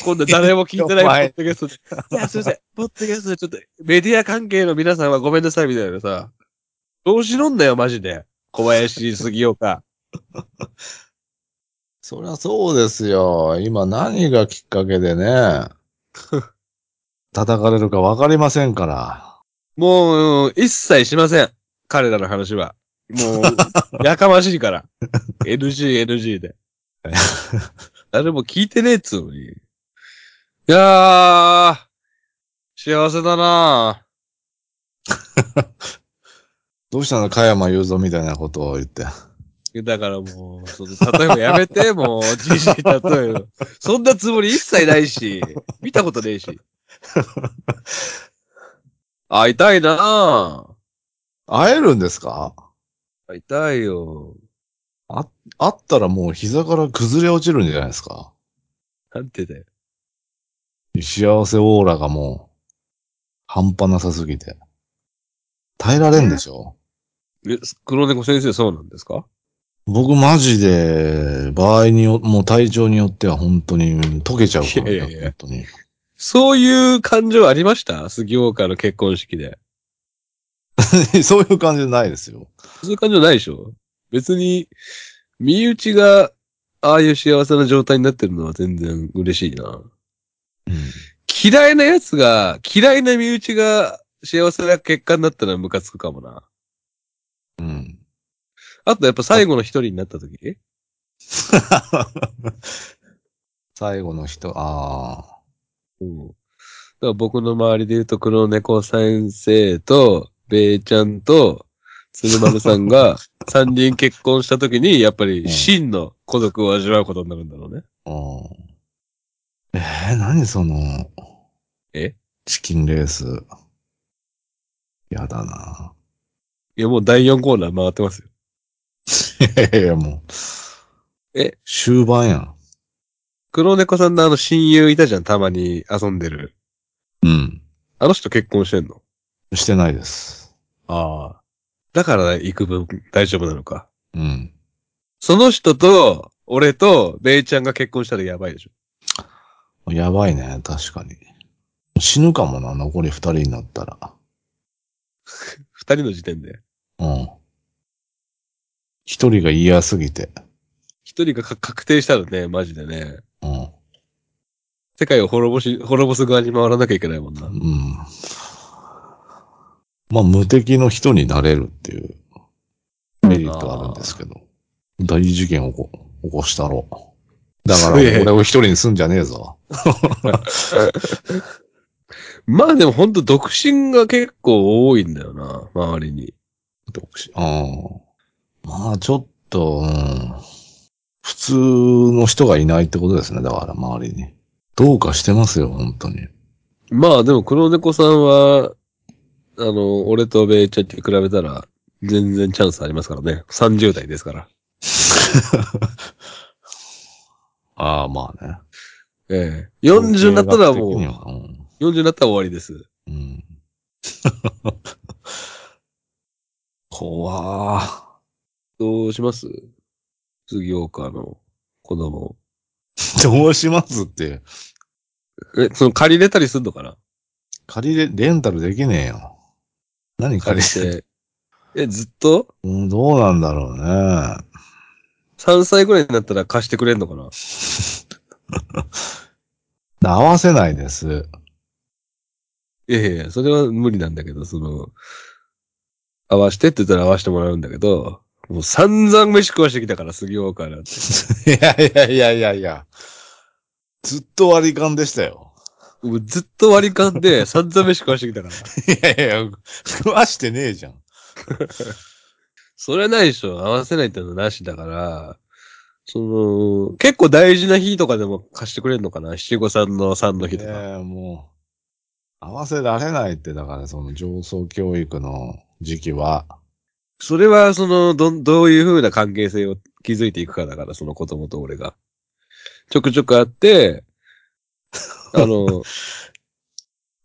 [SPEAKER 1] 今度誰も聞いてな い
[SPEAKER 2] 一丁前
[SPEAKER 1] ポッドキャストで。いや、すいません。ポッドキャストでちょっと、メディア関係の皆さんはごめんなさいみたいなさ。どうしろんだよ、マジで。小林、杉 岡。
[SPEAKER 2] ん そりゃそうですよ。今何がきっかけでね、 叩かれるかわかりませんから。
[SPEAKER 1] もう、一切しません。彼らの話は。もう、やかましい から。NG、NG で。誰も聞いてねえっつうのに。いやー、幸せだな
[SPEAKER 2] どうしたの加山雄三みたいなことを言って。
[SPEAKER 1] ぁ。だからもう、その、例えばやめて、もう、じじい例える。そんなつもり一切ないし、見たことねえし。会いたいなぁ。
[SPEAKER 2] 会えるんですか
[SPEAKER 1] 会いたいよ。
[SPEAKER 2] 会ったらもう膝から崩れ落ちるんじゃないですか
[SPEAKER 1] なんてだよ。
[SPEAKER 2] 幸せオーラがもう、半端なさすぎて。耐えられんでしょ、
[SPEAKER 1] え、黒猫先生そうなんですか
[SPEAKER 2] 僕マジで、場合によ、もう体調によっては本当に溶けちゃうから、
[SPEAKER 1] いやいやいや
[SPEAKER 2] 本当に。
[SPEAKER 1] そういう感情ありました杉岡の結婚式で。
[SPEAKER 2] そういう感じじゃないですよ。
[SPEAKER 1] そういう感情ないでしょ別に、身内が、ああいう幸せな状態になってるのは全然嬉しいな。嫌いなやつが、嫌いな身内が幸せな結果になったらムカつくかもな。
[SPEAKER 2] うん。うん。
[SPEAKER 1] あとやっぱ最後の一人になった時
[SPEAKER 2] 最後の人、あ
[SPEAKER 1] うん。だから僕の周りで言うと黒猫先生と、ベイちゃんと、鶴丸さんが三人結婚した時に、やっぱり真の孤独を味わうことになるんだろうね。
[SPEAKER 2] あ。うん。えー、何その、
[SPEAKER 1] え
[SPEAKER 2] チキンレース。やだな。
[SPEAKER 1] いや、もう第4コーナー回ってますよ。
[SPEAKER 2] いやいや、もう。
[SPEAKER 1] え
[SPEAKER 2] 終盤やん。
[SPEAKER 1] 黒猫さんのあの親友いたじゃん、たまに遊んでる。
[SPEAKER 2] うん。
[SPEAKER 1] あの人結婚してんの
[SPEAKER 2] してないです。
[SPEAKER 1] ああ。だから、幾分大丈夫なのか。
[SPEAKER 2] うん。
[SPEAKER 1] その人と、俺と、ベイちゃんが結婚したらやばいでしょ。
[SPEAKER 2] やばいね、確かに。死ぬかもな、残り二人になったら。
[SPEAKER 1] 二人の時点で。
[SPEAKER 2] うん。一人が嫌すぎて。
[SPEAKER 1] 一人がか確定したらね、マジでね。
[SPEAKER 2] うん。
[SPEAKER 1] 世界を滅ぼし、滅ぼす側に回らなきゃいけないもんな
[SPEAKER 2] う。ん。まあ、無敵の人になれるっていうメリットあるんですけど。大事件をこ起こしたろう。だから、
[SPEAKER 1] すげえ
[SPEAKER 2] 俺を一人にすんじゃねえぞ。
[SPEAKER 1] まあでもほんと独身が結構多いんだよな、周りに。
[SPEAKER 2] 独身。うん。まあ、ちょっと、うん。普通の人がいないってことですね。だから、周りに。どうかしてますよ、本当に。
[SPEAKER 1] まあでも黒猫さんは、あの、俺とベイちゃんって比べたら、全然チャンスありますからね。30代ですから。
[SPEAKER 2] ああ、まあね。
[SPEAKER 1] ええ。40になったらも
[SPEAKER 2] 統
[SPEAKER 1] う、
[SPEAKER 2] 計学的にはうん
[SPEAKER 1] 40になったら終わりです。
[SPEAKER 2] うん。怖ー
[SPEAKER 1] どうします次岡の子供。
[SPEAKER 2] どうしますって。
[SPEAKER 1] え、その借りれたりすんのかな
[SPEAKER 2] 借りれ、レンタルできねえよ。何借
[SPEAKER 1] 借
[SPEAKER 2] り
[SPEAKER 1] り
[SPEAKER 2] て。
[SPEAKER 1] て。え、ずっと
[SPEAKER 2] うんどうなんだろうね。
[SPEAKER 1] ?3 歳ぐらいになったら貸してくれんのかな
[SPEAKER 2] 合わせないです。
[SPEAKER 1] いやいや、それは無理なんだけど、その、合わしてって言ったら合わしてもらうんだけど、もう散々飯食わしてきたから、杉岡なんて。
[SPEAKER 2] いやいやいやいやいや。ずっと割り勘でしたよ。
[SPEAKER 1] もうずっと割り勘で 散々飯食わしてきたから。
[SPEAKER 2] いやいやいや、食わしてねえじゃん。
[SPEAKER 1] それないでしょ。合わせないってのはなしだから、その、結構大事な日とかでも貸してくれるのかな七五三の三の日とか。
[SPEAKER 2] ええもう、合わせられないって、だからその上層教育の時期は。
[SPEAKER 1] それは、その、どん、どういう風な関係性を築いていくかだから、その子供と俺が。ちょくちょく会って、あの、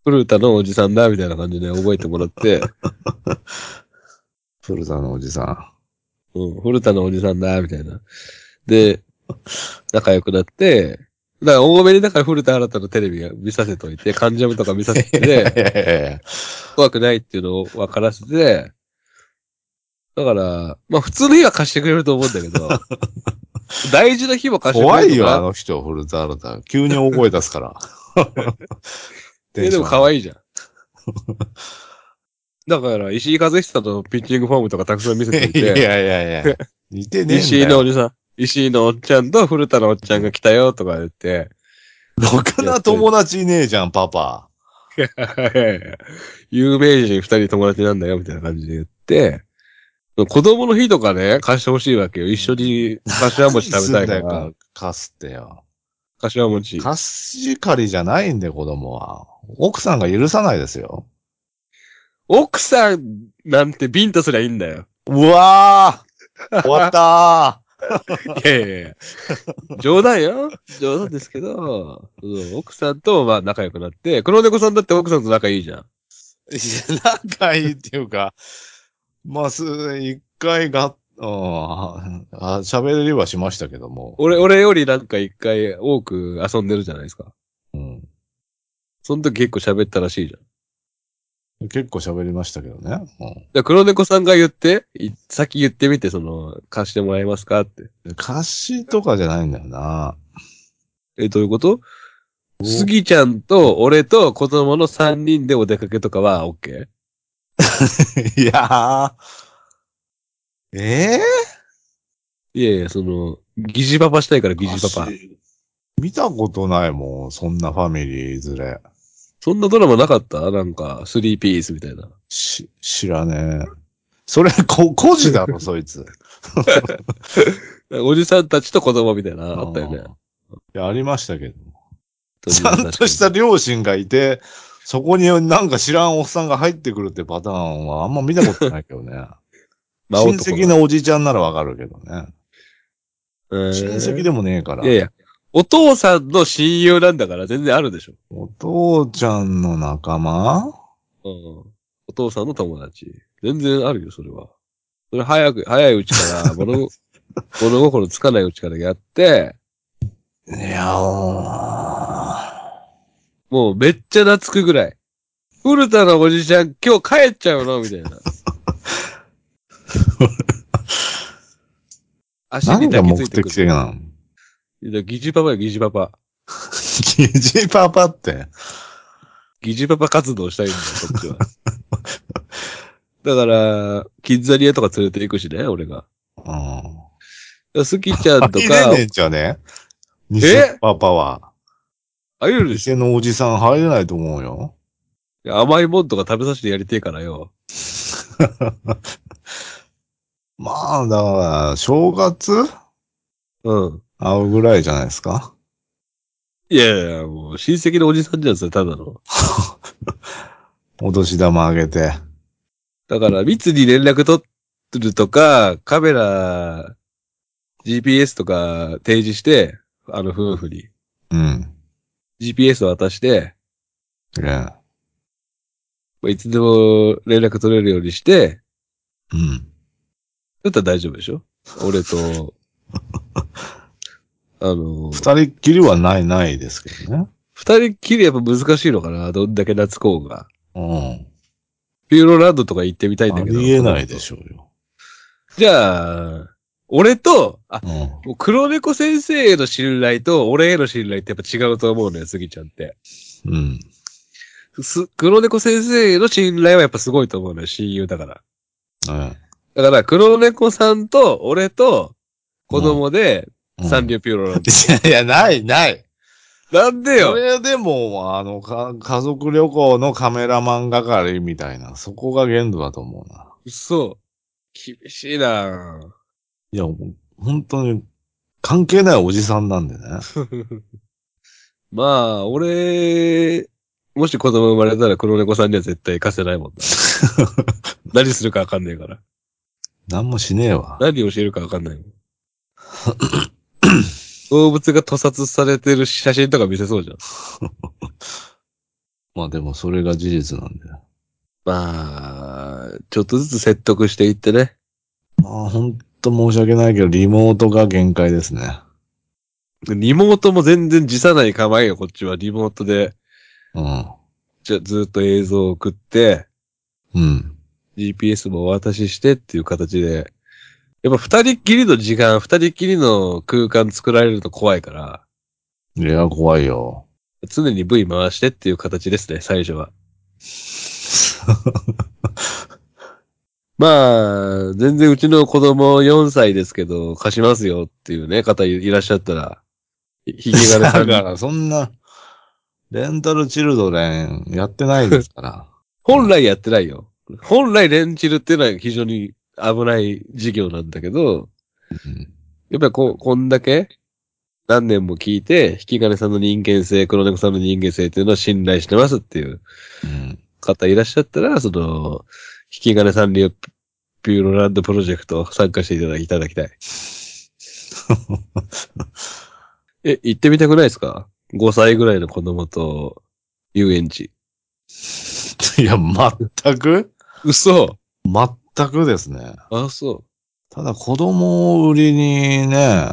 [SPEAKER 1] 古田のおじさんだ、みたいな感じで覚えてもらって、
[SPEAKER 2] 古田のおじさん。
[SPEAKER 1] うん、古田のおじさんだ、みたいな。で、仲良くなって、だから、多めにだから古田新太のテレビが見させといて、関ジャムとか見させ
[SPEAKER 2] いやい
[SPEAKER 1] て、
[SPEAKER 2] や いや
[SPEAKER 1] 怖くないっていうのを分からせて、だから、まあ普通の日は貸してくれると思うんだけ ど、大事な日も貸してく
[SPEAKER 2] 怖
[SPEAKER 1] れる
[SPEAKER 2] いよ、あ
[SPEAKER 1] か
[SPEAKER 2] の人、古田新太。急に大声出 すから。
[SPEAKER 1] えでも可
[SPEAKER 2] い
[SPEAKER 1] 愛いじゃん。だから、石井和久のピッチングフォームとかたくさん見せてい
[SPEAKER 2] いやい
[SPEAKER 1] て、
[SPEAKER 2] やいや。似てねえんだ
[SPEAKER 1] 石井のお
[SPEAKER 2] よ。
[SPEAKER 1] じさん、石井のおっちゃんと古田のおっちゃんが来たよとか言って、
[SPEAKER 2] ろくな友達いねえじゃん、パパ。
[SPEAKER 1] 有名人二人友達なんだよみたいな感じで言って、子供の日とかね、貸してほしいわけよ。一緒 に柏餅食べたいか
[SPEAKER 2] 何すんだ
[SPEAKER 1] ら
[SPEAKER 2] よ。かすってよ。
[SPEAKER 1] 柏餅。
[SPEAKER 2] 貸し借りじゃないんで、子供は。奥さんが許さないですよ。
[SPEAKER 1] 奥さんなんてビンタすりゃいいんだよ。
[SPEAKER 2] うわー終わった
[SPEAKER 1] いやいやいや。冗談よ。冗談ですけど、そう奥さんとまあ仲良くなって、黒猫さんだって奥さんと仲いいじゃん。
[SPEAKER 2] ーいや仲いいっていうか、まあ、す、一回が、うんあ喋りはしましたけども。
[SPEAKER 1] 俺、俺よりなんか一回多く遊んでるじゃないですか。
[SPEAKER 2] うん
[SPEAKER 1] その時結構喋ったらしいじゃん。
[SPEAKER 2] 結構喋りましたけどね。うん
[SPEAKER 1] で黒猫さんが言って、い先言ってみて、その、貸してもらえますかって。
[SPEAKER 2] で歌詞とかじゃないんだよな。
[SPEAKER 1] え、どういうことスギちゃんと俺と子供の3人でお出かけとかは OK?
[SPEAKER 2] いやー。え
[SPEAKER 1] いやいや、その、疑似パパしたいから
[SPEAKER 2] ぇ、
[SPEAKER 1] 疑似パパ。
[SPEAKER 2] 見たことないもん、そんなファミリー連れ。
[SPEAKER 1] そんなドラマなかったなんか、スリーピースみたいな。
[SPEAKER 2] し、知らねえ。それ、 こ、孤 児だろ、そいつ。
[SPEAKER 1] おじさんたちと子供みたいな、あったよね。
[SPEAKER 2] うん。いや、ありましたけど。ち
[SPEAKER 1] ち
[SPEAKER 2] ゃんとした。両親がいて、そこになんか知らんおっさんが入ってくるってパターンはあんま見たことないけど ね。
[SPEAKER 1] まあ、
[SPEAKER 2] 親
[SPEAKER 1] 親戚
[SPEAKER 2] 戚
[SPEAKER 1] の。
[SPEAKER 2] のおじちゃんならわかるけどね。親戚でもねえから。
[SPEAKER 1] いやいや。お父さんの親友なんだから全然あるでしょ。
[SPEAKER 2] お父ちゃんの仲間
[SPEAKER 1] うん。お父さんの友達。全然あるよ、それは。それ早く、早いうちから、物、物心つかないうちからやって、
[SPEAKER 2] いやー
[SPEAKER 1] もうめっちゃ懐くぐらい。古田のおじちゃん、今日帰っちゃうのみ たいな。足に
[SPEAKER 2] 何が
[SPEAKER 1] 抱き
[SPEAKER 2] 目
[SPEAKER 1] ついてくる。
[SPEAKER 2] 的性なの
[SPEAKER 1] いや疑似パパよ、疑似パパ。
[SPEAKER 2] キジパパって。
[SPEAKER 1] 疑似パパ活動したいんだよ、こっちは。だから、キッザリアとか連れて行くしね、俺が。
[SPEAKER 2] うん。
[SPEAKER 1] スキちゃんと
[SPEAKER 2] 入れ
[SPEAKER 1] か
[SPEAKER 2] ね、えんちゃうね。偽パパは。
[SPEAKER 1] あゆるでし
[SPEAKER 2] 偽のおじさん入れないと思うよ。
[SPEAKER 1] ょ甘いもんとか食べさせてやりてえからよ。
[SPEAKER 2] まあ、だから、正月
[SPEAKER 1] うん。
[SPEAKER 2] 会うぐらいじゃないですか。
[SPEAKER 1] いやいや、もう親戚のおじさんじゃん、それ、ただの。
[SPEAKER 2] お年玉あげて。
[SPEAKER 1] だから、密に連絡取ってるとか、カメラ、GPS とか提示して、あの夫婦に。
[SPEAKER 2] うん。
[SPEAKER 1] GPS を渡して、
[SPEAKER 2] ね
[SPEAKER 1] まあいつでも連絡取れるようにして、
[SPEAKER 2] うん。
[SPEAKER 1] だったら大丈夫でしょ俺と、あの、
[SPEAKER 2] 二人っきりはないないですけどね。
[SPEAKER 1] 二人っきりやっぱ難しいのかなどんだけ夏こうが。
[SPEAKER 2] う
[SPEAKER 1] ピューロランドとか行ってみたいん
[SPEAKER 2] ん。あ
[SPEAKER 1] だけど。
[SPEAKER 2] りえないでしょうよ。
[SPEAKER 1] じゃあ、俺と、あ、
[SPEAKER 2] うん。
[SPEAKER 1] もう黒猫先生への信頼と俺への信頼ってやっぱ違うと思うのよ、杉ちゃんって。
[SPEAKER 2] うん。
[SPEAKER 1] す、黒猫先生への信頼はやっぱすごいと思うのよ、親友だから。
[SPEAKER 2] ね
[SPEAKER 1] だから、黒猫さんと俺と子供で
[SPEAKER 2] うん
[SPEAKER 1] 三流ピューロランド。
[SPEAKER 2] いや、ない、ない。
[SPEAKER 1] なんで
[SPEAKER 2] そ
[SPEAKER 1] よ
[SPEAKER 2] れでも、あの、か家族旅行のカメラマン係みたいな、そこが限度だと思うな。
[SPEAKER 1] 嘘。厳しいない
[SPEAKER 2] や、もう本当に、関係ないおじさんなんでね。
[SPEAKER 1] ぁまあ、俺、もし子供生まれたら黒猫さんには絶対行かせないもん な。何するかわかんないから。
[SPEAKER 2] 何もしねえわ。
[SPEAKER 1] 何を教えるかわかんないもん。動物が屠殺されてる写真とか見せそうじゃん。
[SPEAKER 2] まあでもそれが事実なんで。
[SPEAKER 1] まあ、ちょっとずつ説得していってね。
[SPEAKER 2] まあ本当申し訳ないけど、リモートが限界ですね。
[SPEAKER 1] リモートも全然辞さない構えよ、こっちは。リモートで、
[SPEAKER 2] うん。
[SPEAKER 1] じゃずっと映像を送って、
[SPEAKER 2] うん。
[SPEAKER 1] GPS もお渡ししてっていう形で、やっぱ二人っきりの時間、二人っきりの空間作られると怖いから、
[SPEAKER 2] いや、怖いよ。
[SPEAKER 1] 常に V 回してっていう形ですね、最初は。まあ、全然うちの子供4歳ですけど、貸しますよっていうね、方いらっしゃったら、ひげがね、
[SPEAKER 2] だか
[SPEAKER 1] さん
[SPEAKER 2] ら、そんな、レンタルチルドレンやってないですから。
[SPEAKER 1] 本来やってないよ。本来レンチルっていうのは非常に危ない事業なんだけど、
[SPEAKER 2] うん
[SPEAKER 1] やっぱりこ、こんだけ何年も聞いて、引き金さんの人間性、黒猫さんの人間性っていうのを信頼してますっていう
[SPEAKER 2] うん。
[SPEAKER 1] 方いらっしゃったら、その、引き金さん流ピューロランドプロジェクト参加していただきいただきたい。え、行ってみたくないですか ?5 歳ぐらいの子供と遊園地。
[SPEAKER 2] いや、全く
[SPEAKER 1] 嘘
[SPEAKER 2] 全くですね。
[SPEAKER 1] あ、そ
[SPEAKER 2] ただ子供を売りにね、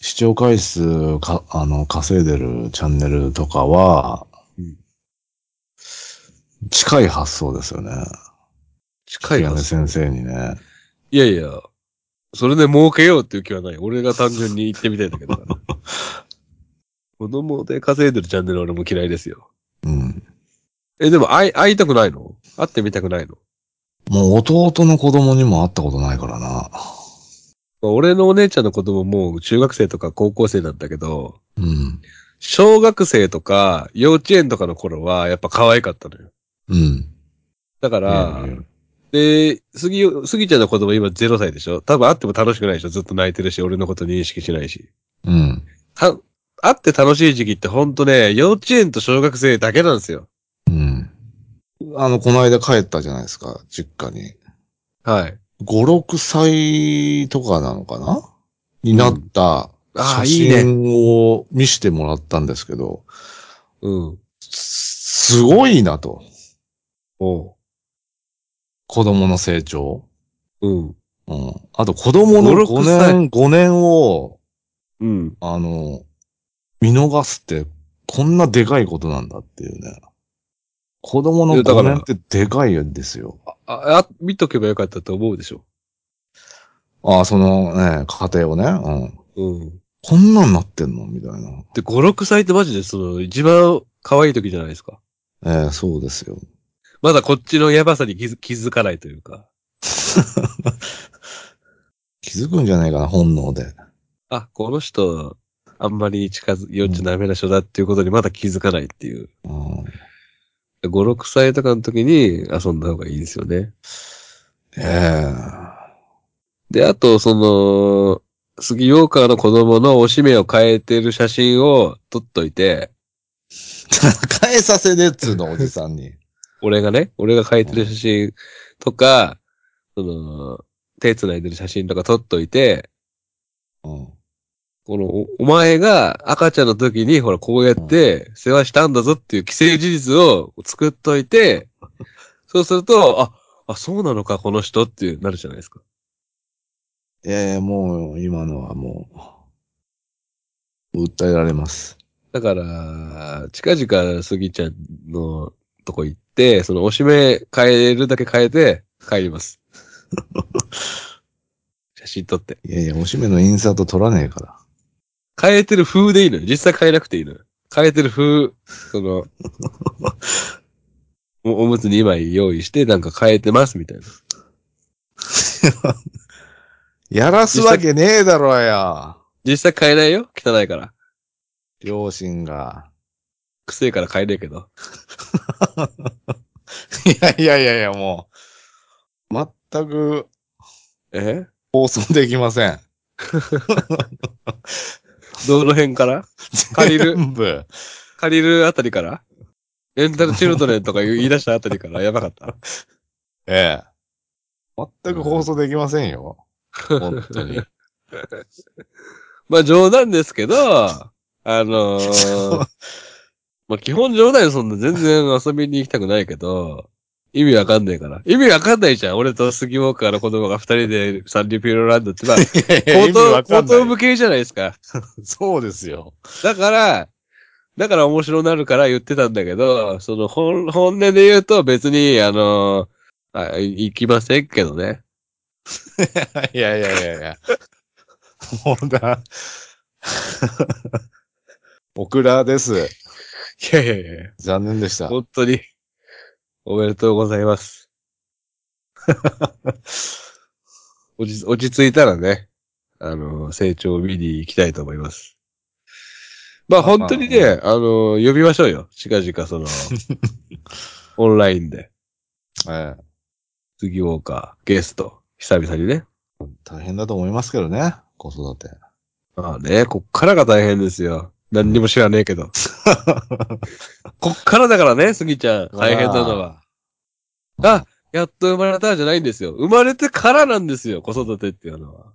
[SPEAKER 2] 視聴回数か、あの、稼いでるチャンネルとかは、
[SPEAKER 1] うん
[SPEAKER 2] 近い発想ですよね。
[SPEAKER 1] う。近い
[SPEAKER 2] ね
[SPEAKER 1] な。
[SPEAKER 2] 先生にね。
[SPEAKER 1] いやいや、それで儲けようっていう気はない。俺が単純に行ってみたいんだけど。子供で稼いでるチャンネル俺も嫌いですよ。
[SPEAKER 2] うん。
[SPEAKER 1] え、でも会い、会いたくないの会ってみたくないの
[SPEAKER 2] もう弟の子供にも会ったことないからな。
[SPEAKER 1] まあ俺のお姉ちゃんの子供もう中学生とか高校生なんだけど、
[SPEAKER 2] うん。
[SPEAKER 1] 小学生とか幼稚園とかの頃はやっぱ可愛かったのよ。
[SPEAKER 2] うん。
[SPEAKER 1] だから、
[SPEAKER 2] いやいや
[SPEAKER 1] で、杉を、杉ちゃんの子供今0歳でしょ多分会っても楽しくないでしょずっと泣いてるし、俺のこと認識しないし。
[SPEAKER 2] うん。
[SPEAKER 1] た、会って楽しい時期ってほんとね、幼稚園と小学生だけなんですよ。
[SPEAKER 2] うん。あの、この間帰ったじゃないですか、実家に。
[SPEAKER 1] はい。
[SPEAKER 2] 5、6歳とかなのかなになった
[SPEAKER 1] うんあ
[SPEAKER 2] 写
[SPEAKER 1] あいいね
[SPEAKER 2] 真を見せてもらったんですけど、
[SPEAKER 1] うん。
[SPEAKER 2] すすごいなと。
[SPEAKER 1] おう。
[SPEAKER 2] 子供の成長。
[SPEAKER 1] うん。
[SPEAKER 2] うん。あと子供の
[SPEAKER 1] 5
[SPEAKER 2] 5年、5年を、
[SPEAKER 1] うん。
[SPEAKER 2] あの、見逃すってこんなでかいことなんだっていうね。子供
[SPEAKER 1] い
[SPEAKER 2] の
[SPEAKER 1] やだか
[SPEAKER 2] 5
[SPEAKER 1] ら
[SPEAKER 2] 年ってでかいんですよ。
[SPEAKER 1] あ、あ、見とけばよかったと思うでしょ。
[SPEAKER 2] ああ、そのね、家庭をね、うん。
[SPEAKER 1] うん。
[SPEAKER 2] こんなんなってんのみたいな。
[SPEAKER 1] で、5、6歳ってマジでその、一番可愛い時じゃないですか。
[SPEAKER 2] ええそうですよ。
[SPEAKER 1] まだこっちのやばさに気づ気づかないというか。
[SPEAKER 2] 気づくんじゃないかな、本能で。
[SPEAKER 1] あ、この人、あんまり近づ、よっちゃダメな人だっていうことにまだ気づかないっていう。
[SPEAKER 2] うん、
[SPEAKER 1] 5、6歳とかの時に遊んだ方がいいですよね。
[SPEAKER 2] ええ
[SPEAKER 1] で、あと、その、杉陽川の子供のおしめを変えてる写真を撮っといて、
[SPEAKER 2] 返させねえっつうの、おじさんに。
[SPEAKER 1] 俺がね、俺が変えてる写真とか、その、手繋いでる写真とか撮っといて、
[SPEAKER 2] うん。
[SPEAKER 1] このお、お前が赤ちゃんの時に、ほら、こうやって世話したんだぞっていう既成事実を作っといて、そうすると、あ、あ、そうなのか、この人っていうなるじゃないですか。
[SPEAKER 2] ええもう、今のはもう、訴えられます。
[SPEAKER 1] だから、近々杉ちゃんのとこ行って、そのおしめ変えるだけ変えて帰ります。 写真撮って。
[SPEAKER 2] いやいや、おしめのインサート取らねえから。
[SPEAKER 1] 変えてる風でいいのよ。実際変えなくていいのよ。変えてる風、その、おおむつ2枚用意して、なんか変えてますみたいな。
[SPEAKER 2] やらすわけねえだろや。
[SPEAKER 1] 実際変えないよ。汚いから。
[SPEAKER 2] 両親が。
[SPEAKER 1] くせえから変えねえけど。
[SPEAKER 2] いやいやいやいや、もう、全く
[SPEAKER 1] え
[SPEAKER 2] 放送できませ ん。
[SPEAKER 1] どの辺から借りる
[SPEAKER 2] 全部。
[SPEAKER 1] 借りるあたりからレンタルチルドレンとか言い出したあたりからやばかった。
[SPEAKER 2] ええ。全く放送できませんよ。本当 に。
[SPEAKER 1] まあ冗談ですけど、あのーまあ基本冗談よそんな全然遊びに行きたくないけど、意味わかんないから。意味わかんないじゃん。俺と杉本から子供が二人でサンリピューロランド ってまあ、
[SPEAKER 2] 相
[SPEAKER 1] 高等、高等無形じゃないですか。
[SPEAKER 2] そうですよ。
[SPEAKER 1] だから、だから面白なるから言ってたんだけど、その本、本音で言うと別に、あのーあ、い行きませんけどね。
[SPEAKER 2] いやいやいやいや。もうだ。オクラです。
[SPEAKER 1] いやいやいや
[SPEAKER 2] 残念でした。
[SPEAKER 1] 本当に、おめでとうございます。 落ち、落ち着いたらね、あの、成長を見に行きたいと思います。まあ
[SPEAKER 2] まあ
[SPEAKER 1] 本当にね、あの、呼びましょうよ。近々 その、オンラインで、
[SPEAKER 2] ええ
[SPEAKER 1] 次ウォーカー、ゲスト、久々にね。
[SPEAKER 2] 大変だと思いますけどね。子育て。
[SPEAKER 1] まあね、こっからが大変ですよ。何にも知らねえけど。こっからだからね、杉ちゃん。大変なのは。あ、やっと生まれたじゃないんですよ。生まれてからなんですよ、子育てっていうのは。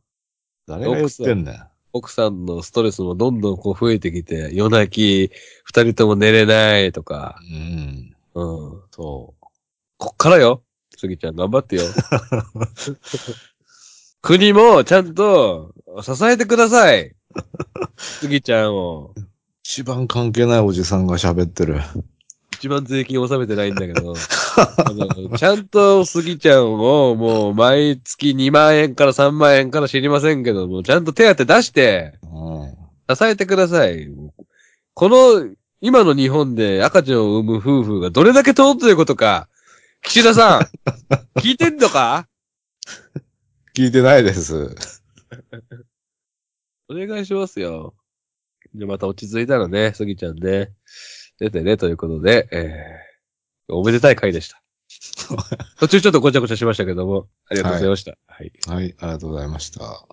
[SPEAKER 2] 誰が言ってんねん。
[SPEAKER 1] 奥さんのストレスもどんどんこう増えてきて、夜泣き、二人とも寝れないとか。
[SPEAKER 2] うん。
[SPEAKER 1] うん。
[SPEAKER 2] そ
[SPEAKER 1] こっからよ。杉ちゃん頑張ってよ。国もちゃんと支えてください。杉ちゃんを。
[SPEAKER 2] う。一番関係ないおじさんが喋ってる。
[SPEAKER 1] 一番税金納めてないんだけど、あのちゃんと杉ちゃんをもう毎月2万円から3万円から知りませんけども、ちゃんと手当出して、
[SPEAKER 2] うん。
[SPEAKER 1] 支えてください。この、今の日本で赤ちゃんを産む夫婦がどれだけ尊いことか、岸田さん、聞いてんのか
[SPEAKER 2] 聞いてないです。
[SPEAKER 1] お願いしますよ。で、また落ち着いたらね、杉ちゃんね、出てね、ということで、えー、おめでたい回で した。途中ちょっとごちゃごちゃしましたけども、ありがとうございました。はい
[SPEAKER 2] はい、ありがとうございました。